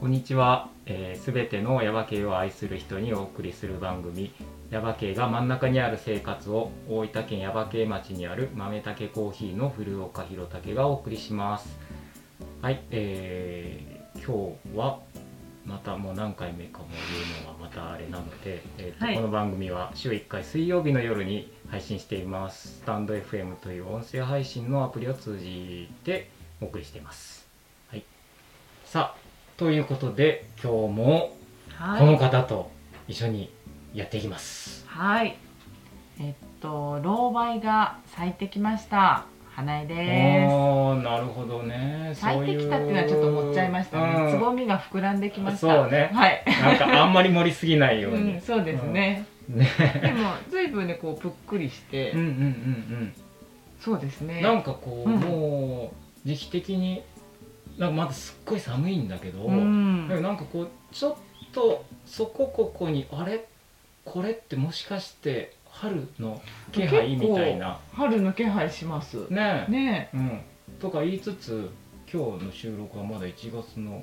こんにちは。す、えー、べ、てのヤバ系を愛する人にお送りする番組ヤバ系が真ん中にある生活を大分県ヤバ系町にある豆竹コーヒーの古岡弘武がお送りします。はい、えー今日はまたもう何回目かも言うのはまたあれなので、えーとはいこの番組は週1回水曜日の夜に配信していますスタンド FM という音声配信のアプリを通じてお送りしています。はい、さあということで今日もはこのい。方と一緒にやっていきます。はい。えっと、老梅が咲いてきました。花江あでーなるほどね。す。咲いてきたっていうのはちょっと持っちゃいましたそういうね。うつんぼみが膨らんできました。そうねはい。なんかあんまり盛りすぎないよううにん、。そうですね。ね。でも、ずいぶんね、こうぷっくりしてうん。うんうんそうですうね。ん。なんかこう、うんもう時期的になんかまだすっごい寒いんだけど、うんでもなんかこうちょっとそこここにあれこれってもしかして春の気配結構みたいな春の気配します。ねえねうん、とか言いつつ今日の収録はまだ1月の、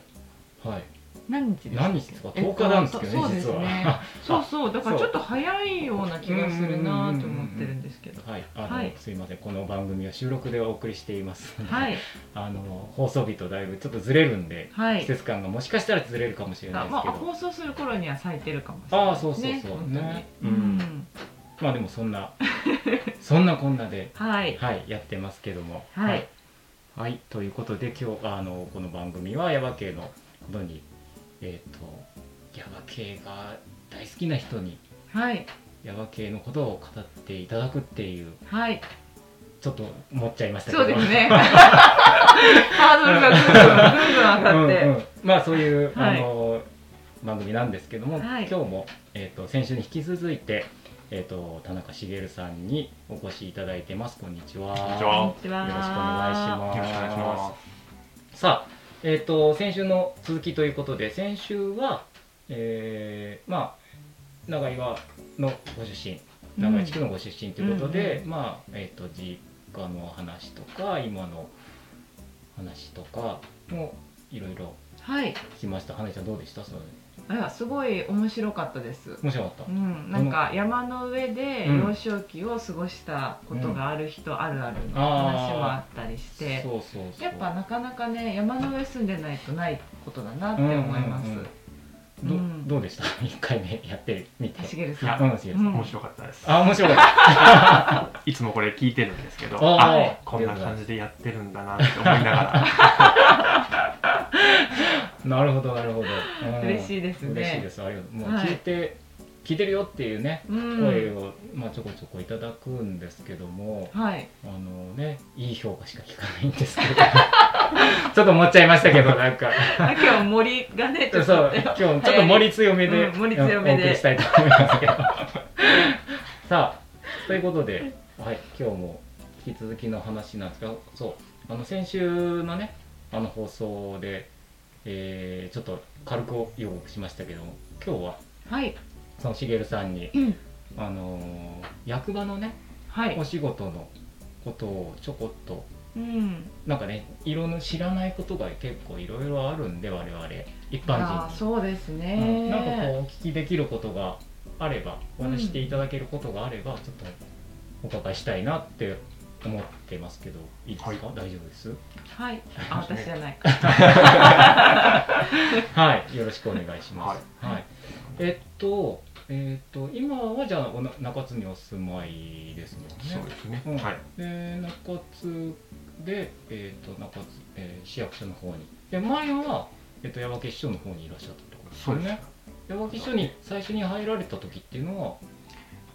はい、え、何日ですか何日ですか10日なんですけどね、そうです実は、ねそうそうだからちょっと早いような気がすうんうんるなうんうんうんと思ってるんですけ どはいあのはいすいませんこの番組は収録でお送りしていますので、はいあの放送日とだいぶちょっとずれるんで、は季い節感がもしかしたらずれるかもしれないあですまけあど放送する頃には咲いてるかもしれないああそうそうそうねねう本当にうんんまあでもそん なそんなこんなで、はいはい、やってますけどもはいはいということで今日あのこの番組はヤバ系のことにえっ、とヤバ系が大好きな人にはいヤバ系のことを語っていただくっていうはいちょっと持っちゃいましたけどそうで すねハードルがぐんぐんぐんぐん上がってうんうんまあそういう、はいあの番組なんですけども、はい今日も、えー、と先週に引き続いて、えー、と田中茂さんにお越しいただいてますこんにちはこんにちよはこんにろしくちはお願いしますよろしくお願いしまさあ、えー、と先週の続きということで先週は、えーまあ長岩のご出身長井地区のご出身ということで、まあ、えー、と実家の話とか今の話とかもいろいろはい聞きました花井ちゃんどうでしたそれあすごい面白かったです面白かった、うん、なんか山の上でうん幼少期を過ごしたことがある人あるあるのあー話もあったりして、そうそうそうやっぱなかなかね山の上住んでないとないことだなって思いまうす、んうんど,、うんどうでした 一回目やってみてあしげるいさやうんんしげるさんうん面白かったです。あ面白かったいつもこれ聞いてるんですけど、あーあこんな感じでやってるんだなって思いながら、なるほどなるほど、うん嬉しいですね嬉しいですありがとうもうはい聞いて、聞いてるよっていうねうん声を、まあ、ちょこちょこいただくんですけどもはいあのねいい評価しか聞かないんですけど ちょっと持っちゃいましたけ どなんかあ今日森がね ちそょうっとね今日ちょっと盛り強めで、うん盛り強めでお送りしたいと思いますけど さあということで、はい、今日も引き続きの話なんですがそうあの先週のねあの放送で、えーちょっと軽く予告しましたけども今日ははいそのしげるさんに、うんあのー役場のねはおい仕事のことをちょこっとうんなんかねいろんな知らないことが結構いろいろあるんで我々一般人あにー。そうですね、うんなんかこうお聞きできることがあればお話ししていただけることがあれば、ちょっとお伺いしたいなって思ってますけどいいですか、はい大丈夫ですはいあ私じゃないかはいよろしくお願いします、ははいいえっとえっと今はじゃあおな中津にお住まいですもんねそうですね。うんはい。で中津で、えっと中津えー市役所の方にで前は、えっと山家市長の方にいらっしゃったってことですそようですね山木署に最初に入られた時っていうのは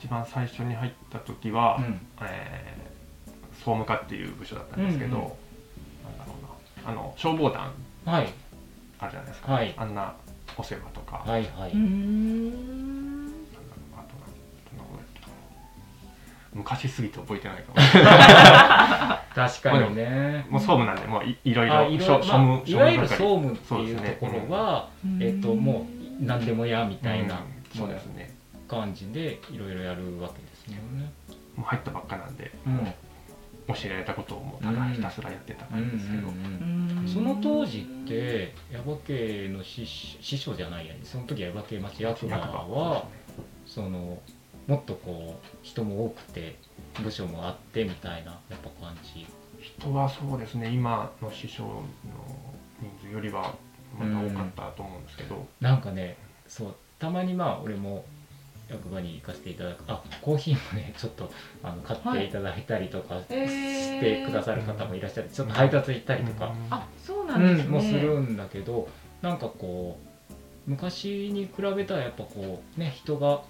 一番最初に入った時は、うんえー総務課っていう部署だったんですけど、うんうんなんだろうな、あの消防団はいあるじゃないですか。はいあんなお世話とか、はいはいうーんなんだろうあとなんどのぐらいだったかな昔すぎて覚えてないかもしれない。確かにねもう総務なんで、もういいろいあろいろ庶庶まあ務いわゆる係総務っていうところは、 えっともう何でもやみたいなうんそうですね。感じでいろいろやるわけですよねもう入ったばっかなんで、うん教教えられたことをもうただひたすらやってたうんうん感じですけど、うんんその当時って耶馬渓の師師匠じゃないやその時耶馬渓町役場役場ははそのもっとこう人も多くて部署もあってみたいなやっぱ感じ人はそうですね今の師匠の人数よりはまだ多かったと思うんですけど、なんかねそうたまにまあ俺も役場に行かせていただくあコーヒーもねちょっとあの買っていただいたりとかえーしてくださる方もいらっしゃって、ちょっと配達行ったりとか、うんあそうなうんんですね、もするんだけどなんかこう昔に比べたらやっぱこうね人が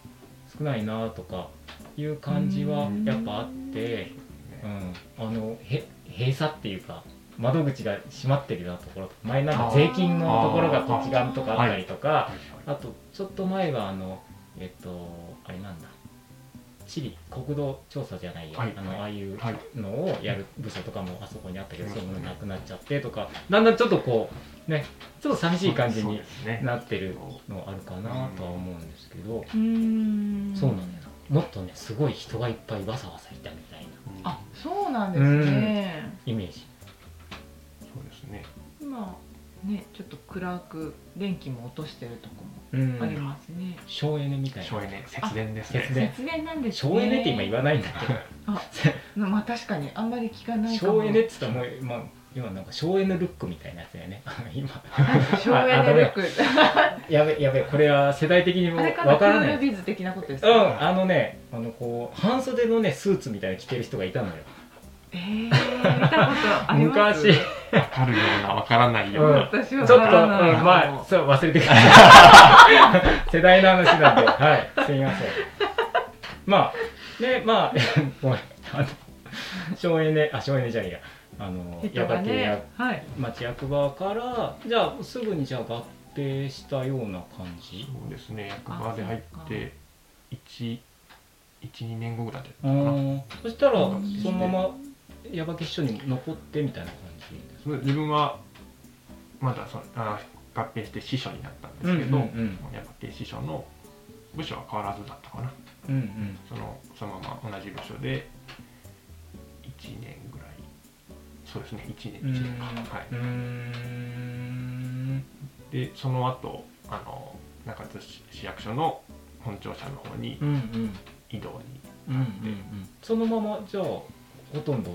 少ないなとかいう感じはやっぱあって、うん、あのへ閉鎖っていうか窓口が閉まってるようなところ前なんか税金のところがこっち側とかあったりとか。あとちょっと前はあのえっとあれなんだ地理国土調査じゃないや、はいあのああいうはいのをやる部署とかもあそこにあったけど、うんそういうのなくなっちゃってとかだんだんちょっとこうねちょっと寂しい感じそうにですねなってるのあるかなとは思うんですけど、うーんそうなんだよなもっとねすごい人がいっぱいわさわさいたみたいなうんあそうなんですね、イメージそうですね今ねちょっと暗く電気も落としてるとこうもありんますね、省エネみたいな省エネ節電ですね節電節電なんですね省エネって今言わないんだけどなまあ確かにあんまり聞かないかも省エネっつったらもう、まあ、今なんか省エネルックみたいなやつだよね 今 省エネ力やべやべこれは世代的にもあれわかなかクらーなルいビズ的なことですうか、んあのねあのこう半袖のねスーツみたいなの着てる人がいたのよえー、見たことあります昔わかるようなわからないような、私ちょはっと、うん、わからないかもまあそう忘れてく ださい世代の話なんではいすみませんまあねまあごめんあの省エネあ省エネじゃねえやあの人矢が掛やねはい町役場からじゃあすぐにじゃあ合併したような感じそうですね役場で入って12年後ぐらいだったうかなんそしたらうんそのまま矢場決勝に残ってみたいな感じですそれ自分はまだそのあ合併して司書になったんですけど、うんうんやっぱり司書の部署は変わらずだったかなうんうんそのそのまま同じ部署で1年ぐらいそうですね1年うん1年かはいうーんでその後あの中津市市役所の本庁舎の方にうんうん移動にうんうんそのままじゃあほとんど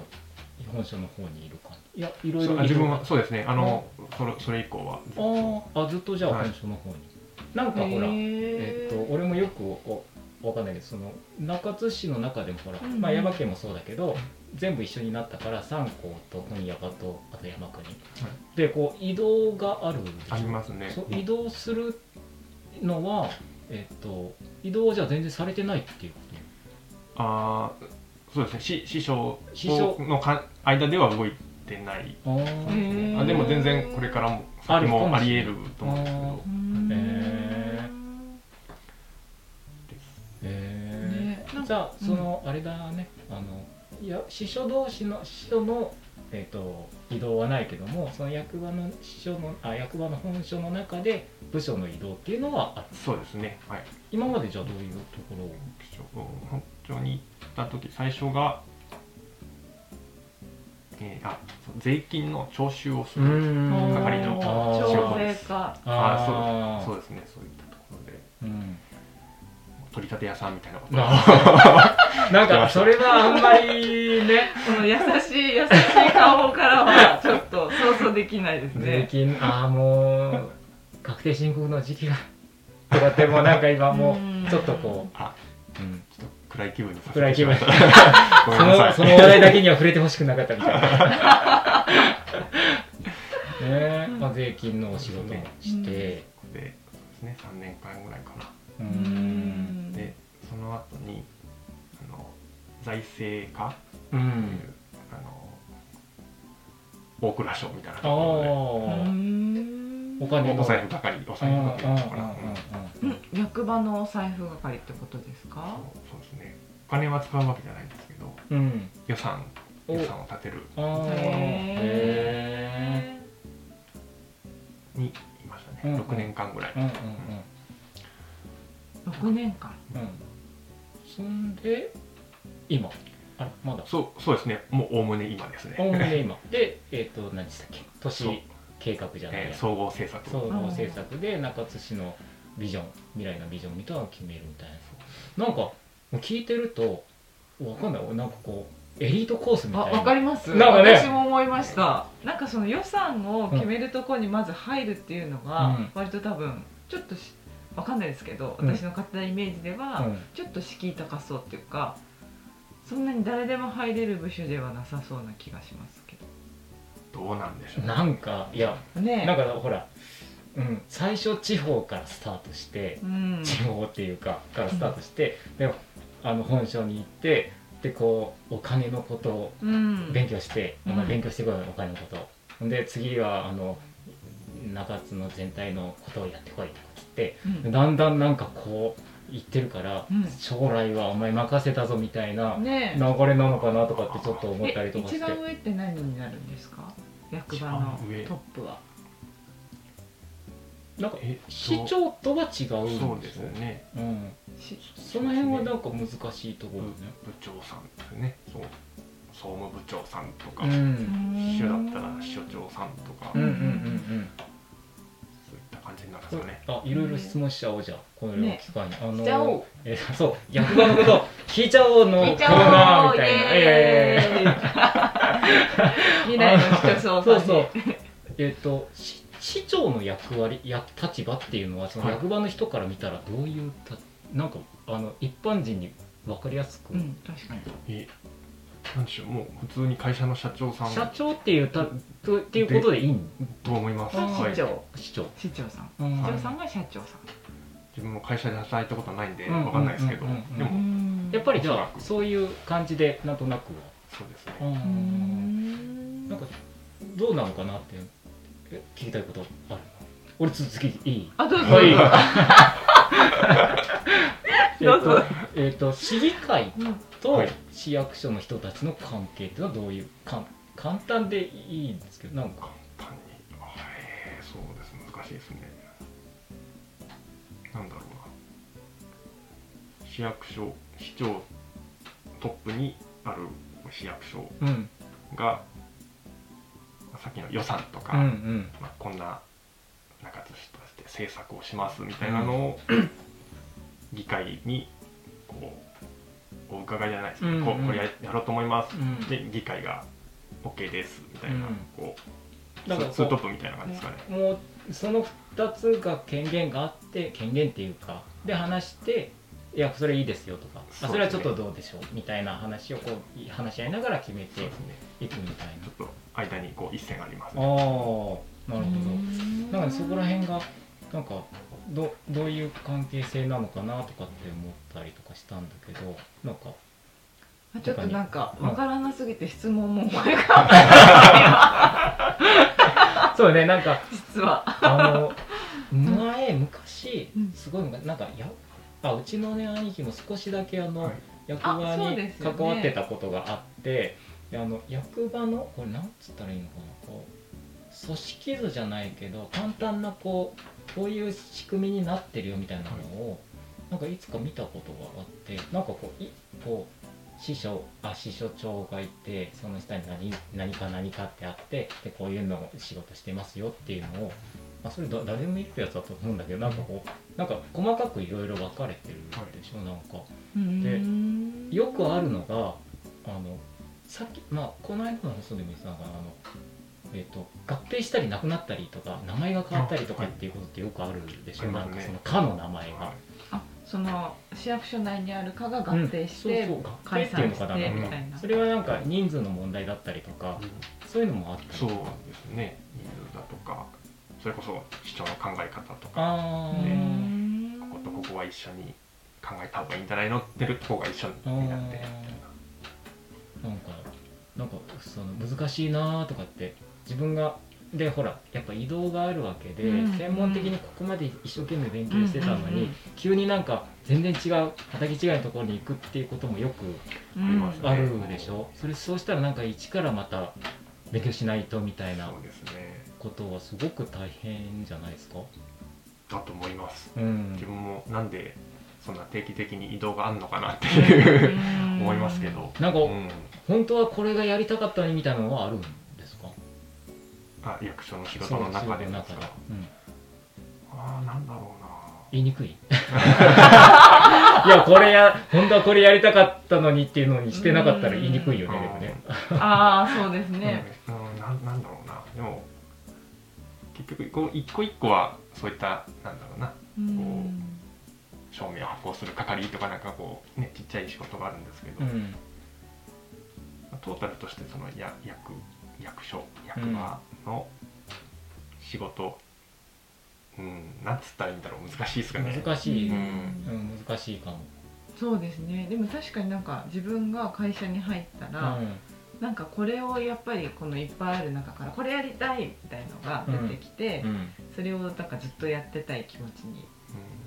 日本所の方にいる感じいやいろいそうろあ自分はそうですねあの、それそれ以降はずっとあーあずっとじゃあはい本所の方に、なんかほら、ええっと俺もよくおわかんないけどその中津市の中でもほら、うんうんまあ、山県もそうだけど全部一緒になったから三高と本山とあと山国、でこう移動があるでしょありますねそう移動するのは、えっと、移動はじゃあ全然されてないっていうことあーそうですね師師匠師匠のか間では動いてないあそうですねへーあでも全然これからもあ先るかももあしりれないえると思うんですあけどえええねなんかじゃあその、あれだねあのいや師匠同士の師匠の、えっと移動はないけどもその役場の師匠のあ役場の本所の中で部署の移動っていうのはあるそうですねはい今までじゃあどういうところを師匠本庁に行った時最初が、えーあそう税金の徴収をする、ん係の仕調事整ですかああそううですねそういったところでう、ん、取り立て屋さんみたいなことな なんかそれはあんまりねこの優しい優しい顔からはちょっと想像できないです税ね。金ああもう確定申告の時期がとかってもうなんか今もうんうちょっとこあう、うん、ちょっと暗い気分にさせ暗いて気し分まっそのた ごめんなさいその話題だけには触れてほしくなかったみた いなねえ、まあ、税金のお仕事もしてでそうですね3年間ぐらいかなううんんでその後にあの財政課うん、という、あの大蔵省みたいなとああこうんおろ金でのお財布係おうん財布係のところううんんうんうんうん役場のお財布係ってことですそうか？そうですねお金は使うわけじゃないんですけどうんうん予算お予算を立てるあーへへにいましたね、うん6年間ぐらい、えうんうんー。六年間。うんうんそんで今あらまだそうそうですねもうおおむね今ですねおおむね今でえっ、と何でしたっけ都そう市計画じゃないえやー総合政策総合政策で中津市のビジョン未来のビジョンみたいなのを決めるみたいななんかもう聞いてるとわかんないなんかこうエリートコースみあたいわかなりますなんかね私も思いましたなんかその予算を決めるところにまず入るっていうのうがん割と多分ちょっとしわかんないですけどうん私の勝手なイメージではうんちょっと敷居高そうっていうかそんなに誰でも入れる部署ではなさそうな気がしますけどうなんでしょうなんかいやどねえなんかほら、うん、最初地方からスタートしてうん地方っていうかからスタートして、であの本省に行ってでこうお金のことをうん勉強して、うんお前勉強してこいお金のことで次はあの中津の全体のことをやってこいとかつってうんだんだんなんかこう言ってるから、うん将来はお前任せたぞみたいなね流えれなのかなとかってちょっと思ったりえとかし一て番上って何になるんですか役場の一番上トップはなんかえっと市長とは違うんそうですねうん、しその辺はなんか難しいとこ部ろね部長さんとかねそう総務部長さんとか、うん秘書だったら秘書長さんとか、うんうんうんうそうんいった感じになるんでそすうかねあいろいろ質問しちゃおうじゃあこのね機会に、あしのちゃおうえそう役場のことを聞いちゃおうのコ聞ーいちゃナおーうみたいなえイエーイ未来の人そうそうそう えっとし市長の役割や立場っていうのはそのはい役場の人から見たらどういうたなんかあの一般人に分かりやすく、うん確かにえなんでしょうもう普通に会社の社長さん社長っていうたとっていうことでいいんと思います、あは市い、長市長市長さんうん市長さんが社長さ自分も会社で働いたことはないんでうんわかんないですけど、うんうんうんでんもやっぱりじおそゃらあくそういう感じでなんとなくそうですは、うーねんなんかどうなのかなってえ聞きたいことあるの俺続きいいあどうぞはい。どうぞえっと、えっと、市議会うんとはい市役所の人たちの関係ってのはどういう、かん簡単でいいんですけど、なんか。簡単にあえーそうです難しいですねなんだろうな市役所市長トップにある市役所うん、がさっきの予算とか、うん、うん。まあ、こんな中津市として政策をしますみたいなのを、議会にこうお伺いじゃないですけど、うんうんこうこれややろうと思います、うんで議会が OK ですみたいな、うんこうだからツーツートッこプみたいな感じですかね、う、もう、その二つが権限があって、権限っていうか、で、話して。いや、それいいですよとか、あ、それはちょっとどうでしょうみたいな話をこう、話し合いながら決めそてうですねいくみたいなちょ。っと間にこう一線ありますああね、なるほど。なんかねそこら辺がなんかどどういう関係性なのかなとかって思ったりとかしたんだけどなんかあちょっとなんかうんわからなすぎて質問も思い浮かばそうねなんかない実はあの前昔うんすごい昔なんかやあうちのね兄貴も少しだけあの、はい役場あそうにですよ関ねわってたことがあってであの役場のこれなんつったらいいのかなこう組織図じゃないけど簡単なこうこういう仕組みになってるよみたいなのを、なんかいつか見たことがあってなんかこういこう師匠あ師匠長がいてその下に何何か何かってあってでこういうのを仕事してますよっていうのを、まあ、それだ誰でもいるやつだと思うんだけどなんかこうなんか細かくいろいろ分かれてるでしょ、なんか。よくあるのがあのさっきまあこの間の放送でも言ってたのかなあのえっ、と合併したりなくなったりとか名前が変わったりとかっていうことってよくあるでしょ、はいなんありかますそねの「か」の名前がは。あその市役所内にある課が合うん併してそうそう合併解っていう散のしてかみなたなんかいなそれはなんか人数の問題だったりとかいそういうのもあったりそうですね人数だとかそれこそ市長の考え方とかあうーーんこことここは一緒に考えた方がいいんじゃないのってるとこが一緒になってみたいななんかなんかその難しいなーとかって自分がでほらやっぱ移動があるわけで、うん専門的にここまで一生懸命勉強してたのに、うんうんうん急になんか全然違う畑違いのところに行くっていうこともよくうんありますねあるでしょ、それそうしたらなんか一からまた勉強しないとみたいなそうですねことはすごく大変じゃないですかだと思いますうん自分もなんでそんな定期的に移動があるのかなっていう思いますけど、なんか、うん、本当はこれがやりたかったのにみたいなのはあるんですかあ役所の仕事の中でそうです中かうん、ああなんだろ言いに くいいやこれや本当はこれやりたかったのにっていうのにしてなかったら言いにくいよねでもねああそうですうな、ね、うんうん、なんなんだろうなでも結局こう一個一個はそういったなんだろうなうん証明を発行する係とかなんかこうねちっちゃい仕事があるんですけど、うんトータルとしてそのや役役所役場の仕事、うんなんつったらいいんだろう難しいですかね難しい、ううんん難しいかも、そうですねでも確かになんか自分が会社に入ったうら、んなんかこれをやっぱりこのいっぱいある中からこれやりたいみたいのが出てきて、うんそれをなんかずっとやってたい気持ちに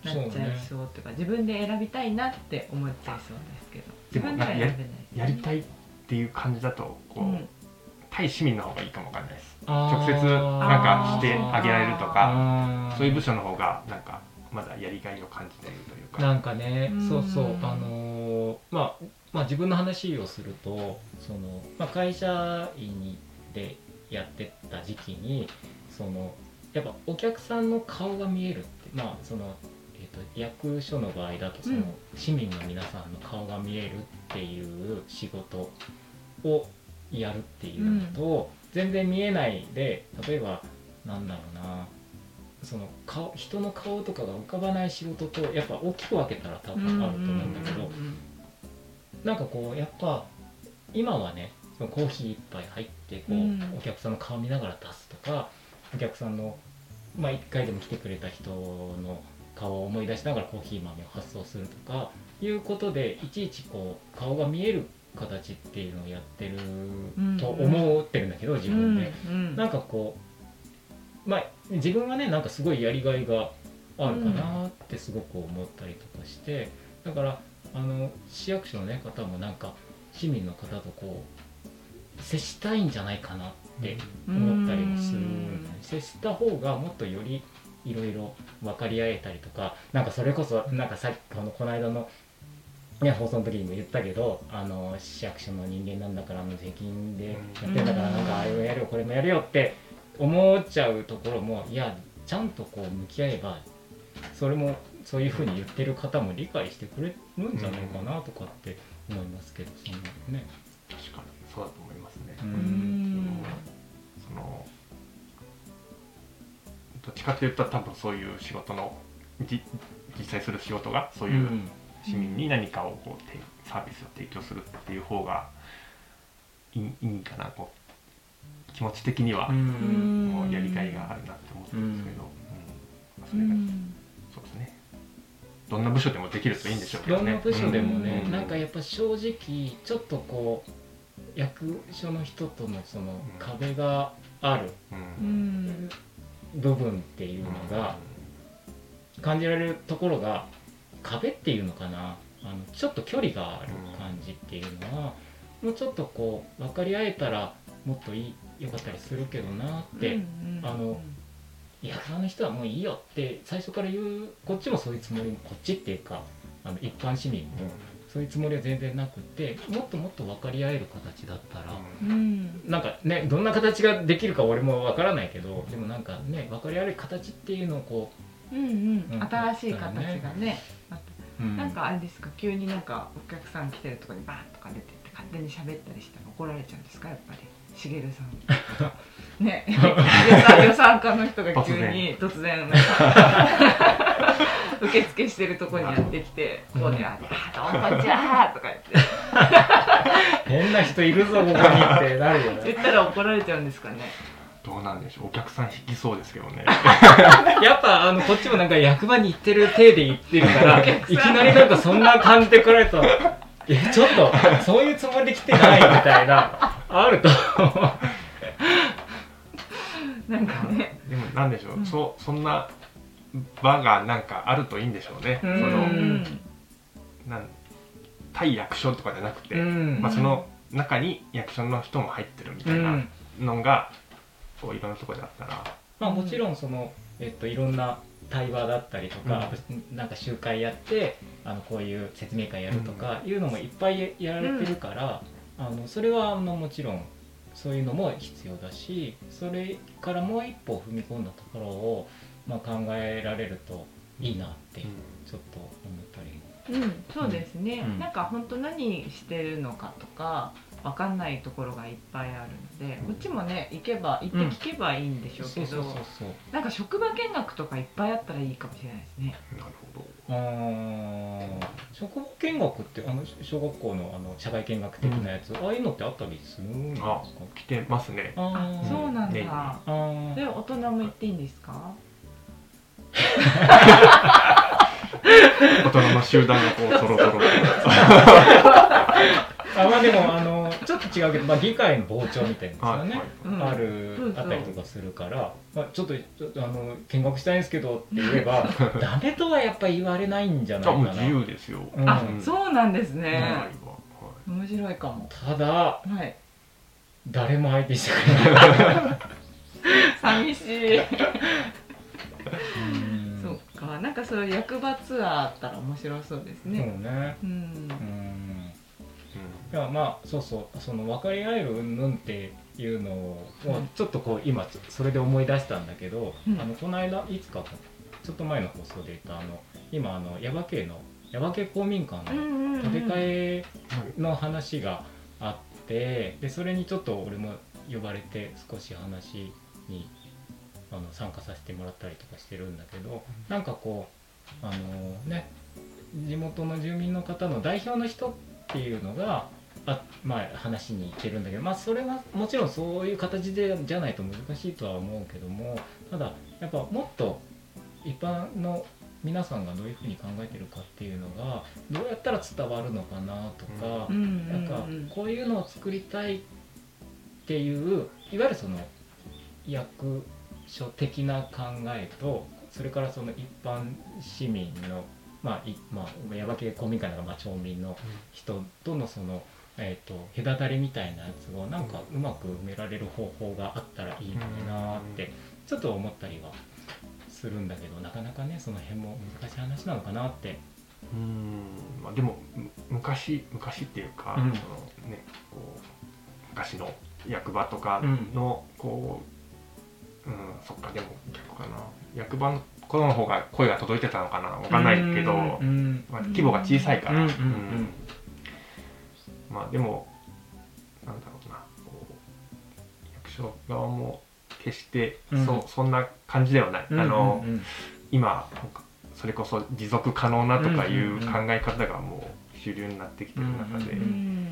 うんなっちゃいそうっていうか自分で選びたいなって思っちゃいそうですけど自分では選べないやりたいっていう感じだとこう、うん対市民の方がいいかもわかんないです直直接なんかしてあげられるとかそういう部署の方がなんかまだやりがいを感じているというかなんかね、うんそうそうあのーまあまあ自分の話をするとその、まあ、会社員にでやってた時期にそのやっぱお客さんの顔が見えるってまあその、えっと役所の場合だとその、うん市民の皆さんの顔が見えるっていう仕事をやるっていうのと、全然見えないで例えばなんだろうなその顔人の顔とかが浮かばない仕事とやっぱ大きく分けたら多分あると思うんだけど、うんうんうんうんなんかこうやっぱ今はねそのコーヒー一杯入ってこう、うんお客さんの顔見ながら出すとかお客さんの、まあ、1回でも来てくれた人の顔を思い出しながらコーヒー豆を発送するとかいうことでいちいちこう顔が見える形っていうのをやってると思ってるんだけど、自分で。うんなんかこうまあ自分はねなんかすごいやりがいがあるかなってすごく思ったりとかして、だからあの市役所の、ね、方もなんか市民の方とこう接したいんじゃないかなって思ったりもする、うん接した方がもっとよりいろいろ分かり合えたりとかなんかそれこそなんかさっきこのこの間の、ね、放送の時にも言ったけどあの市役所の人間なんだからあの税金でやってんだからなんかあれもやるよこれもやるよって思っちゃうところもいやちゃんとこう向き合えばそれもそういうふうに言ってる方も理解してくれるんじゃないかなとかって思いますけどそんなね。確かにそうだと思いますね、うんうんそのどっちかというと多分そういう仕事のじ実際する仕事がそうういうん市民に何かをこうてサービスを提供するっていう方がいいいいかなこう気持ち的にはうんもうやりがいがあるなって思ってるんですけど、うんまあそれがそうですねどんな部署でもできるといいんでしょうけどどんねな部署でもね、うなんかやっぱ正直ちょっとこう役所の人とのその壁があるうんうん部分っていうのが感じられるところが壁っていうのかなあのちょっと距離がある感じっていうのはもうちょっとこう分かり合えたらもっといいよかったりするけどなって、うんあの役場の人はもういいよって最初から言うこっちもそういうつもりこっちっていうかあの一般市民もそういうつもりは全然なくてもっともっと分かり合える形だったら、うんうんなんかねどんな形ができるか俺も分からないけどでもなんかね分かり合える形っていうのをこうんううんん新しい形がねあっう、たなんかあれですか急になんかお客さん来てるとこにバーンとか出てって勝手に喋ったりしたら怒られちゃうんですかやっぱりしげるさんね予算予算課の人が急に突然なんか 受付してるとこにやってきてうんこうねあーどうもこんにちは」とか言って変な人いるぞここにってなる よね言ったら怒られちゃうんですかねどうなんでしょうお客さん引きそうです けどねやっぱあのこっちもなんか役場に行ってる体で行ってるから い客さんきなりなんかそんな感じで来られたら「いやちょっとそういうつもりで来てない」みたいなあると 思うなんかねでもなんでしょう、うんそそんな場がなんかあるといいんでしょうね、うんそのうんなん対役所とかじゃなくて、うんまあ、その中に役所の人も入ってるみたいなのが、こういろんなところであったら、まあもちろんその、えっと、いろんな対話だったりとか、なんか集会やってあのこういう説明会やるとかいうのもいっぱいやられてるから、あのそれはあのもちろんそういうのも必要だしそれからもう一歩踏み込んだところを、まあ、考えられるといいなってちょっと思ったりも。うん、そうですね、うんなんか本当何してるのかとかわかんないところがいっぱいあるので、うんこっちもね行けば行って聞けばいいんでしょうけど、そうなんか職場見学とかいっぱいあったらいいかもしれないですねなるほどあー職場見学ってあのし小学校のあの社会見学的なやつ、ああいうのってあったりするんですかあ来てますねあーそうなんねだ、あーで大人も行っていいんですか大人の集団がこうそろそろ あとまあでもあのちょっと違うけど、まあ、議会の傍聴みたいなのですよね、うんある、うんあったりとかするから、まあ、ちょっとちょっとあの見学したいんですけどって言え ばダメとはやっぱ言われないんじゃないあかもうな自由ですよ、うんあ、うんそうなんですはいはね、い面白いかもただはい誰も相手してくれない寂しいうん そっかなんかそういう役場ツアーあったら面白そうですそうねねうんうんうんいやまあそうそうその分かり合える云々っていうのを、まあうんちょっとこう今ちょそれで思い出したんだけど、うんあのこの間いつかちょっと前の放送で言ったあの今あの耶馬渓の耶馬渓公民館うんのうんうん建て替えの話があってでそれにちょっと俺も呼ばれて少し話にあの参加させてもらったりとかしてるんだけどなんかこうあのね地元の住民の方の代表の人っていうのがあ、まあ、話に行ってるんだけど、まあ、それはもちろんそういう形でじゃないと難しいとは思うけどもただやっぱもっと一般の皆さんがどういうふうに考えてるかっていうのがどうやったら伝わるのかなとかう、んなんかこういうのを作りたいっていういわゆるその役所的な考えとそれからその一般市民のまあいまあ耶馬渓公民館なんかまあ町民の人とのその、えー、と隔たりみたいなやつをなんかうまく埋められる方法があったらいいのになーってちょっと思ったりはするんだけどなかなかねその辺も難しい話なのかなって。うんまあ、でもむ昔昔っていうか、うんそのね、こう昔の役場とかの、こう、うん、そっかでも逆かな役場の頃の方が声が届いてたのかなわかんないけど、うんまあ、規模が小さいから、うんうんうんうんまあでもなんだろうなこう役所側も決してそ,、うんそんな感じではない。うんあの、うんうん今それこそ持続可能なとかいんうんううんう考え方がもう主流になってきてる中うでんうん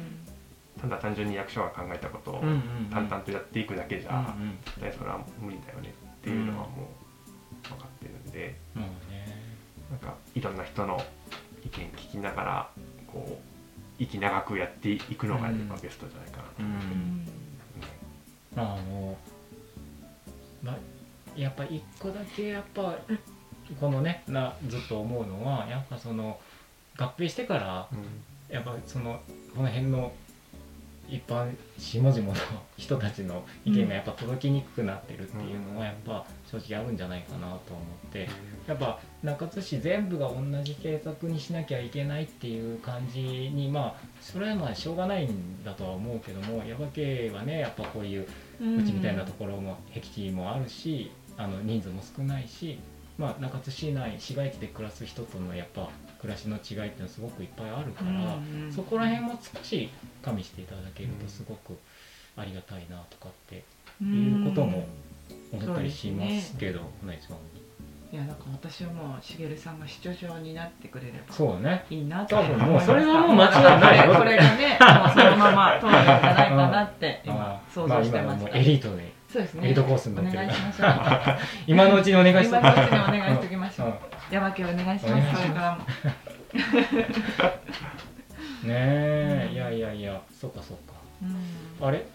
ただ単純に役所が考えたことをうんうんうん淡々とやっていくだけじゃうんうん絶対それは無理だよねっていうのはもう分かってるんでもうねなんかいろんな人の意見聞きながらこう息長くやっていくのがうんやっぱベストじゃないかなとう思うんんまああのまあやっぱ一個だけやっぱこのねなずっと思うのはやっぱその合併してからううんやっぱそのこの辺の一般下々の人たちの意見がやっぱ届きにくくなってるっていうのはやっぱ正直あるんじゃないかなと思ってやっぱ中津市全部が同じ政策にしなきゃいけないっていう感じにまあそれはまあしょうがないんだとは思うけども耶馬渓はねやっぱこういううちみたいなところも僻地もあるしあの人数も少ないし、まあ、中津市内市街地で暮らす人とのやっぱ暮らしの違いっていうのはすごくいっぱいあるから、うんうんそこら辺も少し加味していただけるとすごくありがたいなとかっていうことも思ったりしますけど、ね、うんいやなんか私はもうしげるさんが市長長になってくれればそうねいいなと多思い分ましたもうそれはもう間違いないよこれがねもうそのまま通るんじゃないかなって今あー想像してあ今はまもしうたエリートでそうですエリねートコースになおってる願いしましょう 今のうちにお願いし今まのうちすにお願いしておきましょ ううん山家お願いしお願いしまますすそれからもねえいやいやいやそうかそうかうんあれ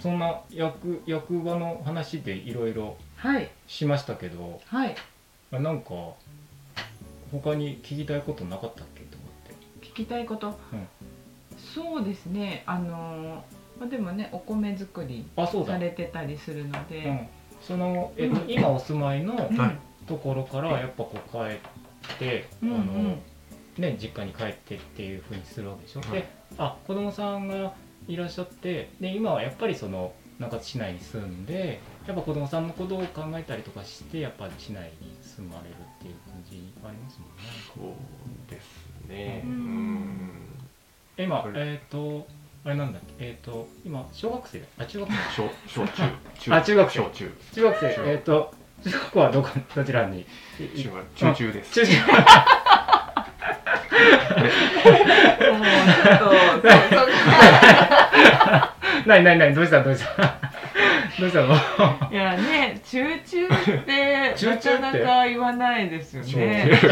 そんな役役場の話でいろいろはいしましたけどはいあなんか他に聞きたいことなかったっけと思って聞きたいことうんそうですねあのーまあでもねお米作りあそうだされてたりするので、うんその、えっと、今お住まいのうんはいところからやっぱこう帰って、うんうあのんね、実家に帰ってっていうふうにするわけでしょ、はいであ子供さんがいらっしゃってで今はやっぱりその中津市内に住んでやっぱ子供さんのことを考えたりとかしてやっぱ市内に住まれるっていう感じありますもんねそうですねううんん今これえっ、とあれなんだっけえっ、と今小学生あ中学生小小中 中あ中学生小中中学生中えっ、と中学校はどこどちらにいい中は中中です 中学もうちょっとそうないないないどうしたどうした どうしたのそういやね中中って中中なってかなか言わないですよね中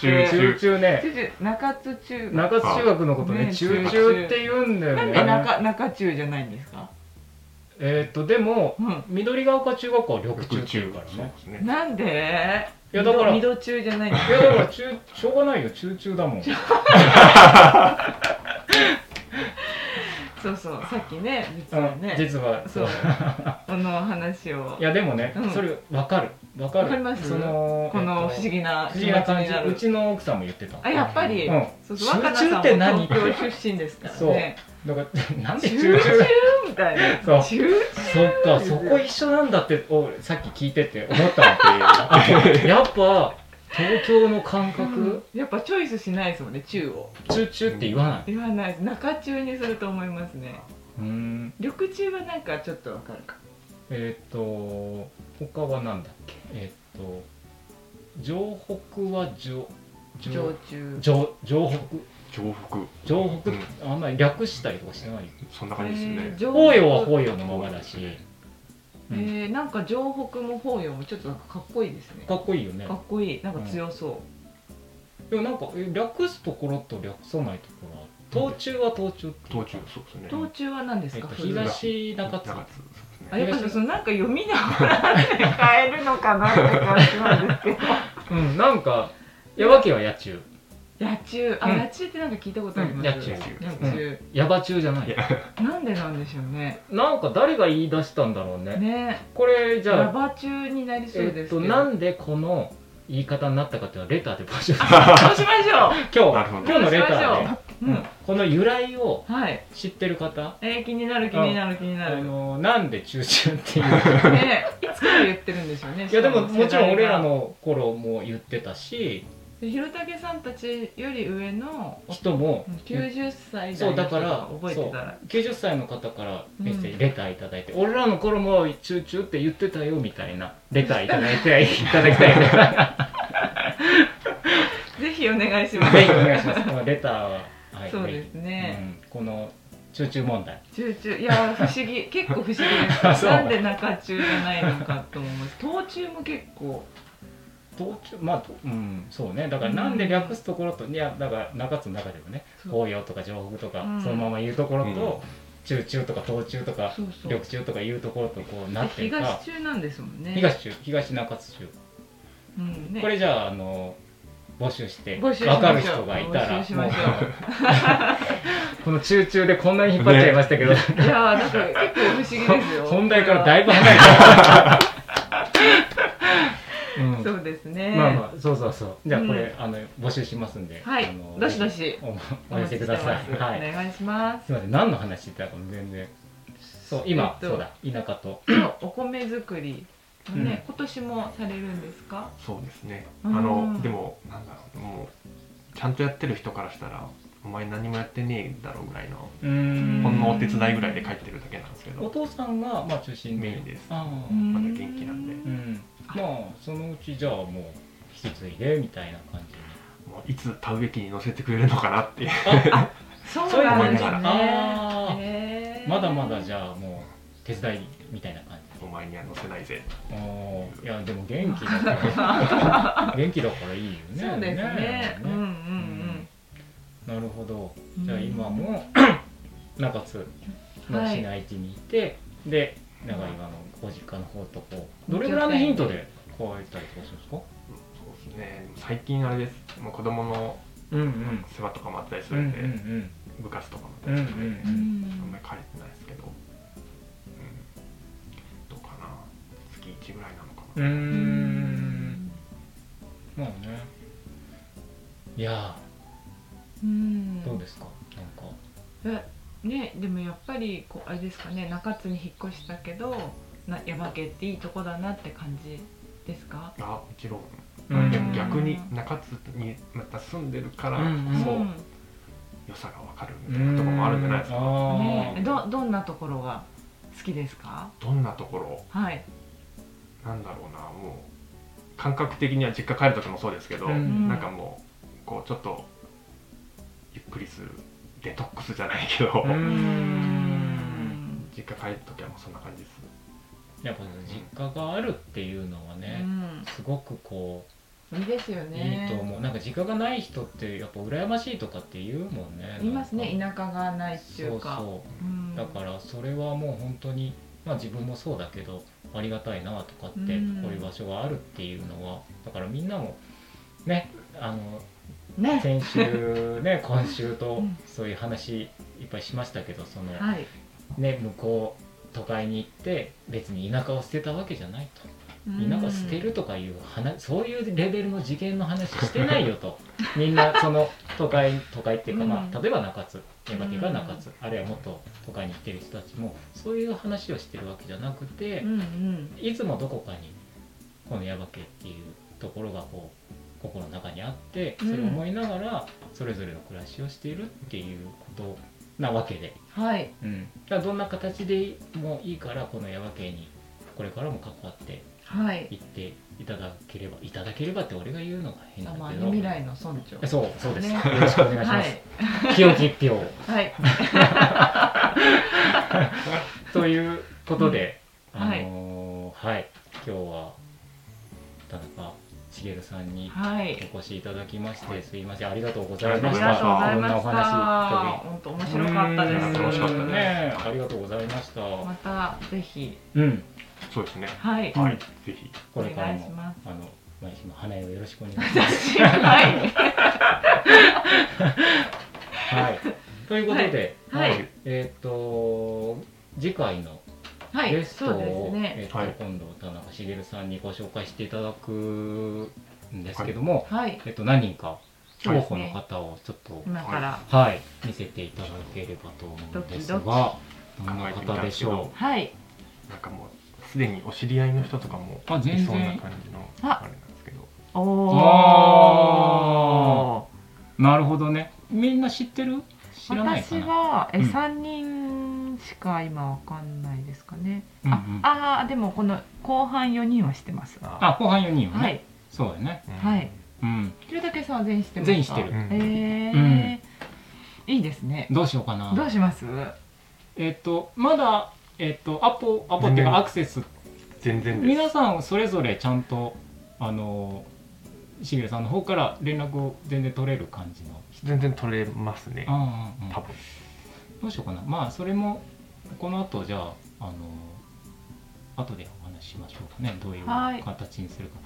中中って中中中ね中中中津中学中津中学のことねね中中って言うんだよなんねで中中中じゃないんですかえーっとでもうん緑ヶ丘中学校は緑中っ中ていう中からそうねですねなんでいやだから二度中じゃないんですいやだから中しょうがないよ中中だ もんそうそうさっきね実うはんね実はそうこの話をいやでもねうんそれわかるわかるわかりますそのこのえっと不思議な不思議気持ちにな感じなうるちの奥さんも言ってたあやっぱり、うんそうそう集若菜さん中もって何東京出身ですからね だからなんで集中中中みたいそうな集中そっかそこ一緒なんだっておさっき聞いてて思ったわけやっぱ東京の感覚やっぱチョイスしないですもんね中を中中って言わない言わないです中中にすると思いますねうーん緑中はなんかちょっとわかるかえっ、と他はなんだっけえっ、と城北は城常城中城城北上腹城北うっんてあんまり略したりとかしてないそんな感じですね上法要は法要のままだし、えー、なんか城北も法要もちょっとなんかかっこいいですねかっこいいよねかっこいいなんか強そでもなんかえ略すところと略さないところは東中は東中っていう東か中そうですねう、東中は何ですえっか、と、古い東中津中津そうですねあやっぱりそのなんか読みながら変えるのかなって感じなんですけどうんなんかヤバ系 は野中野中あ、うん野中ってなんか聞いたことあります、うん野中野中ヤバ中じゃないいやなんでなんでしょうねなんか誰が言い出したんだろうねねこれじじゃあゃラバ中になりそうえでっすけと、ど、なんでこの言い方になったかっていうのはレターで募集 そうしましょ今なる日ほど今日のレタそーうしでま、う、うんこの由来をうん、はい知ってる方えー、気になる気になる気になあるのなんで中中っていう ねいつから言ってるんでしょうねいやでもしか世もちろ代んが俺らの頃も言ってたしでひろたけさんたちより上の人も90歳そう代だかの人らが覚えてたら90歳の方からメッセージ、うんレターいただいて俺らの頃も中中って言ってたよみたいなレターいただいていただきたいねぜひお願いしますぜひお願いしますこのレターは、はい、そうですね、うん、この中中問題中中いやー不思 議結構不思議であすそうなんで中中じゃないのかと思います東中も結構道中まあとうんそうねだからなんで略すところと、いやだから中津の中でもねそう法要とか上北とか、うんそのまま言うところと、うん中中とか東中とかそうそう緑中とか言うところとこうなでってるから東中なんですもんね東中東中津中、うんねこれじゃああの募集して募集し分かるましょ人うがいたら募集しましょもう この中中でこんなに引っ張っちゃいましたけ ど、ういやーだから結構不思議ですよ 本題からだ大いぶ離れた、うん そうですねまあまあそうそうそうじゃあこれ、うあの募集しますんではあいのどしどしおおお寄待ちせくしてまだすさい。はい。お願いしますすみません、何の話してたかも全然。そう、今、えっとそうだ、田舎と。そうお米作りもね、今年もされるんですかそうですねあうんのでもなんだろうもうちゃんとやってる人からしたらお前何もやってねえだろうぐらいのうーんほんのお手伝いぐらいで帰ってるだけなんですけおど父さんが、まあ、中心メインですああ、うんまだ元気なんでうん。まあ、そのうち、じゃあ、もう引き継いでみたいな感じに。もういつ田植え機に乗せてくれるのかなっていうそうなんですのがそういうあーねへーまだまだ、じゃあ、もう手伝いみたいな感お前には乗せないぜじ。おーいや、でも、元気だ から。元気だから、いいよね。そうですねうんうんうんなるほど。うんじゃあ今 も中津の市内地にいて、で長岩のご実家の方とこうどれぐらいのヒントでこういったりとかするんですか？うんそうですね最近あれですもう子供のうんうん世話とかもあったりすうんうるんで、ん部活とかもあっうたんうんりうするんうで、んんあんまり帰れてないですけど、うん、どうかなうーんまあねいやうんーどうですかなんかえねでもやっぱりこうあれですかね中津に引っ越したけどな山家っていいとこだなって感じですかあもちろんうんでも逆に中津にまた住んでるからうんそうん良さが分かるみたいなところもあるんじゃないですかあーねえ、どどんなところが好きですかどんなところはいなんだろうなもう感覚的には実家帰る時もそうですけど、うんなんかもうこうちょっとゆっくりするデトックスじゃないけど、うーうん実家帰る時はもうそんな感じですやっぱその実家があるっていうのはね、すごくこうんいいですようねいいと思うなんか実家がない人ってやっぱ羨ましいとかって言うもんねいますねなんか田舎がないっていうかそううそんうだからそれはもう本当にまあ自分もそうだけどありがたいなとかってこううんいう場所があるっていうのはだからみんなもねあのね先週ね今週とうんそういう話いっぱいしましたけどそのはいね向こう都会に行って別に田舎を捨てたわけじゃないと。田舎捨てるとかいう話そういうレベルの次元の話してないよ とみんなその都会都会っていうか、まうあ、ん例えば中津山手が中津あるいはもっと都会に行ってる人たちもそういう話をしてるわけじゃなくてうんうんいつもどこかにこの耶馬渓っていうところがこう心の中にあってそれを思いながらそれぞれの暮らしをしているっていうことなわけではいうん、だからどんな形でもいいからこの耶馬渓にこれからも関わってはい行っていただければいただければって俺が言うのが変あなんまだあけねど未来の村長そうそう です、ねよろしくお願い しまはす、い清き一票をはいということで、うんあのーはい、今日は田中茂さんにはいお越しいただきまして、はいすいませんありがとうございあましりたがとうございこましんなおた話本当面白かったうでんす楽しかったねねありがとうございました、またぜひうんそうですねはいんはいぜひこれからお願いしもますあの毎週の花屋をよろしくお願いします私はい はい、ということで、はいはいえーっ、と次回のはゲいストそうですを、ねえーっとはい今度田中茂さんにご紹介していただくんですけども、はいえーっと何人かそう候です補のね方をちょっと、今からはい見せていただければと思うんですがドキどんな方でしょはいなんかもうすでにお知り合いの人とかもあ全い然そうな感じのああれなんですけどおあおうなるほどねみんな知ってる知らないか私なはえうん三、人しか今わかんないですかね。うんうんあああーでもこの後半四人はしてます。は後半4人よね、い。そうだねうんはいうんひろたけさんは全員してますか。全員してる、うんええいいですね。どうしようかなどうします？えっ、とまだえっ、とアポアポっていう全然かアクセス全然です皆さんそれぞれちゃんとあのしげるさんの方から連絡を全然取れる感じの全然取れますねああ、うん多分どうしようかなまあそれもこの後じゃああの後でお話ししましょうかねどういうはい形にするか、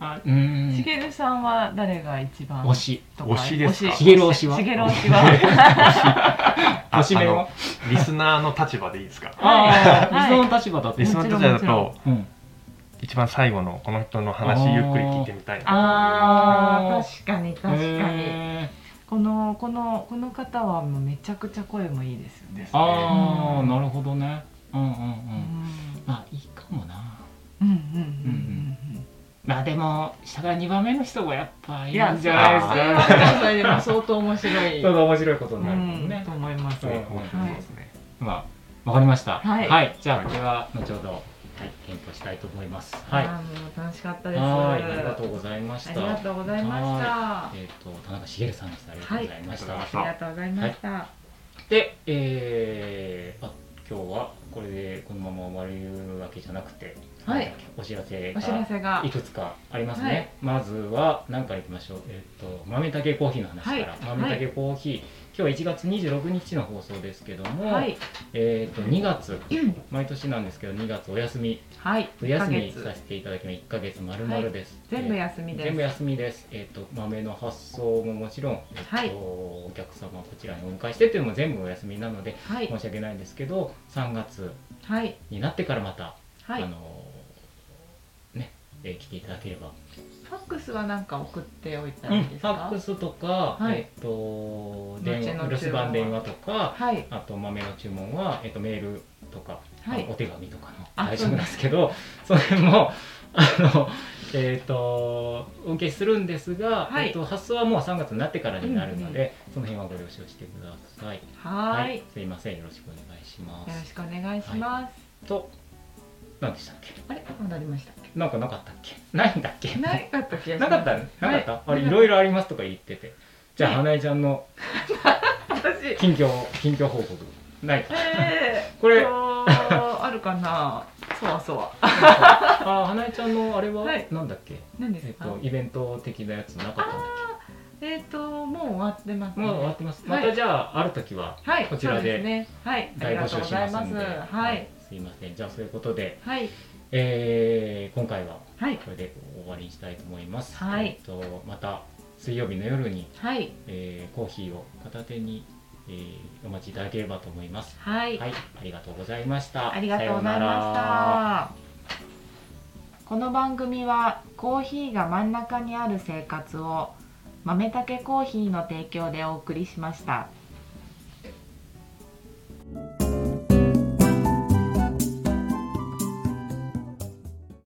あうーんしげるさんは誰が一番推しとか推しですかしげる推しはしげる推 しは。あ推し目あはのリスナーの立場でいいですかああ、はい理想の立場だとリスナーの立場だもちろんもとうん一番最後のこの人の話ゆっくり聞いてみたいなああ確かに確かに。へこのこのこの方はもうめちゃくちゃ声もいいですよねでー。すねああ、なるほどねうんうんううんんまあいいかもなうんうんうんうんうん。まあでも下から2番目の人がやっぱいいんいじゃや、ないでそすれはかそれはそれ でも相当面白い。それが面白いことうになるもんんね、と思います。うんは面白そうですねまあわかりましたはいじゃあこれは後ほど、はい、検討したいと思いますはいあの楽しかったです。はいありがとうございましたありがとうございました。えっ、と田中茂さんでしたありがとうございました、はいありがとうございました。でえー、あ今日はこれでこのまま終わるわけじゃなくてはいお知らせおが知らせがい。くつかありますね、はいまずは何からいきましょう、えっと豆たけコーヒーの話から、はい豆たけコーヒー、今日は1月26日の放送ですけども、はい。えっと2月毎年なんですけど2月お休みはい。お一ヶ休みさ月せていただきます1ヶ月丸々です、全部休みで全部す。休みです、えっと豆の発送ももちろん、えっとはいお客様をこちらにお迎えしてっていうのも全部お休みなのではい申し訳ないんですけど3月はいになってからまたはあいのねえー来ていただければファックスはなんか送っておいたうんんですファッかク。スとか、はいえっと電後の話留守番電話とかはい。あと豆の注文は、えっとメールとか、はいあのお手紙とかのあ大丈夫なんですけどその辺も あの、えっとお受けするんですが、はいえっと発送はもう3月になってからになるので、その辺はご了承してください。はーい。よすいませんよろしくお願いしまろす。しくお願いします。と何でしたっけあれ、戻りましたっなんかなかったっけないんだっけけ。なかった気がしまなす。かったねなかった、あれいろいろありますとか言っててじゃあ花江ちゃんの私。え近況近況報告ない かえー。これそうあるかな。そわそわ。あー花江ちゃんのあれははいなんだっけ、何ですえっか。とイベント的なやつなかったんだっえっと、もう終わってますけね。もう終わってます、はいまたじゃあある時ははい。こちらでそうすね。はい。あ大募りがとう集ごしざまいすますんす。ではい。すいませんじゃあそういうことで、はい。えー今回ははい。これで終わりにしたいと思います、はいえっとまた水曜日の夜に、はい。えーコーヒーを片手に、えーお待ちいただければと思いますはいはい、ありがとうございました。ありがとうございさようならました。この番組はコーヒーが真ん中にある生活を豆たけコーヒーの提供でお送りしました。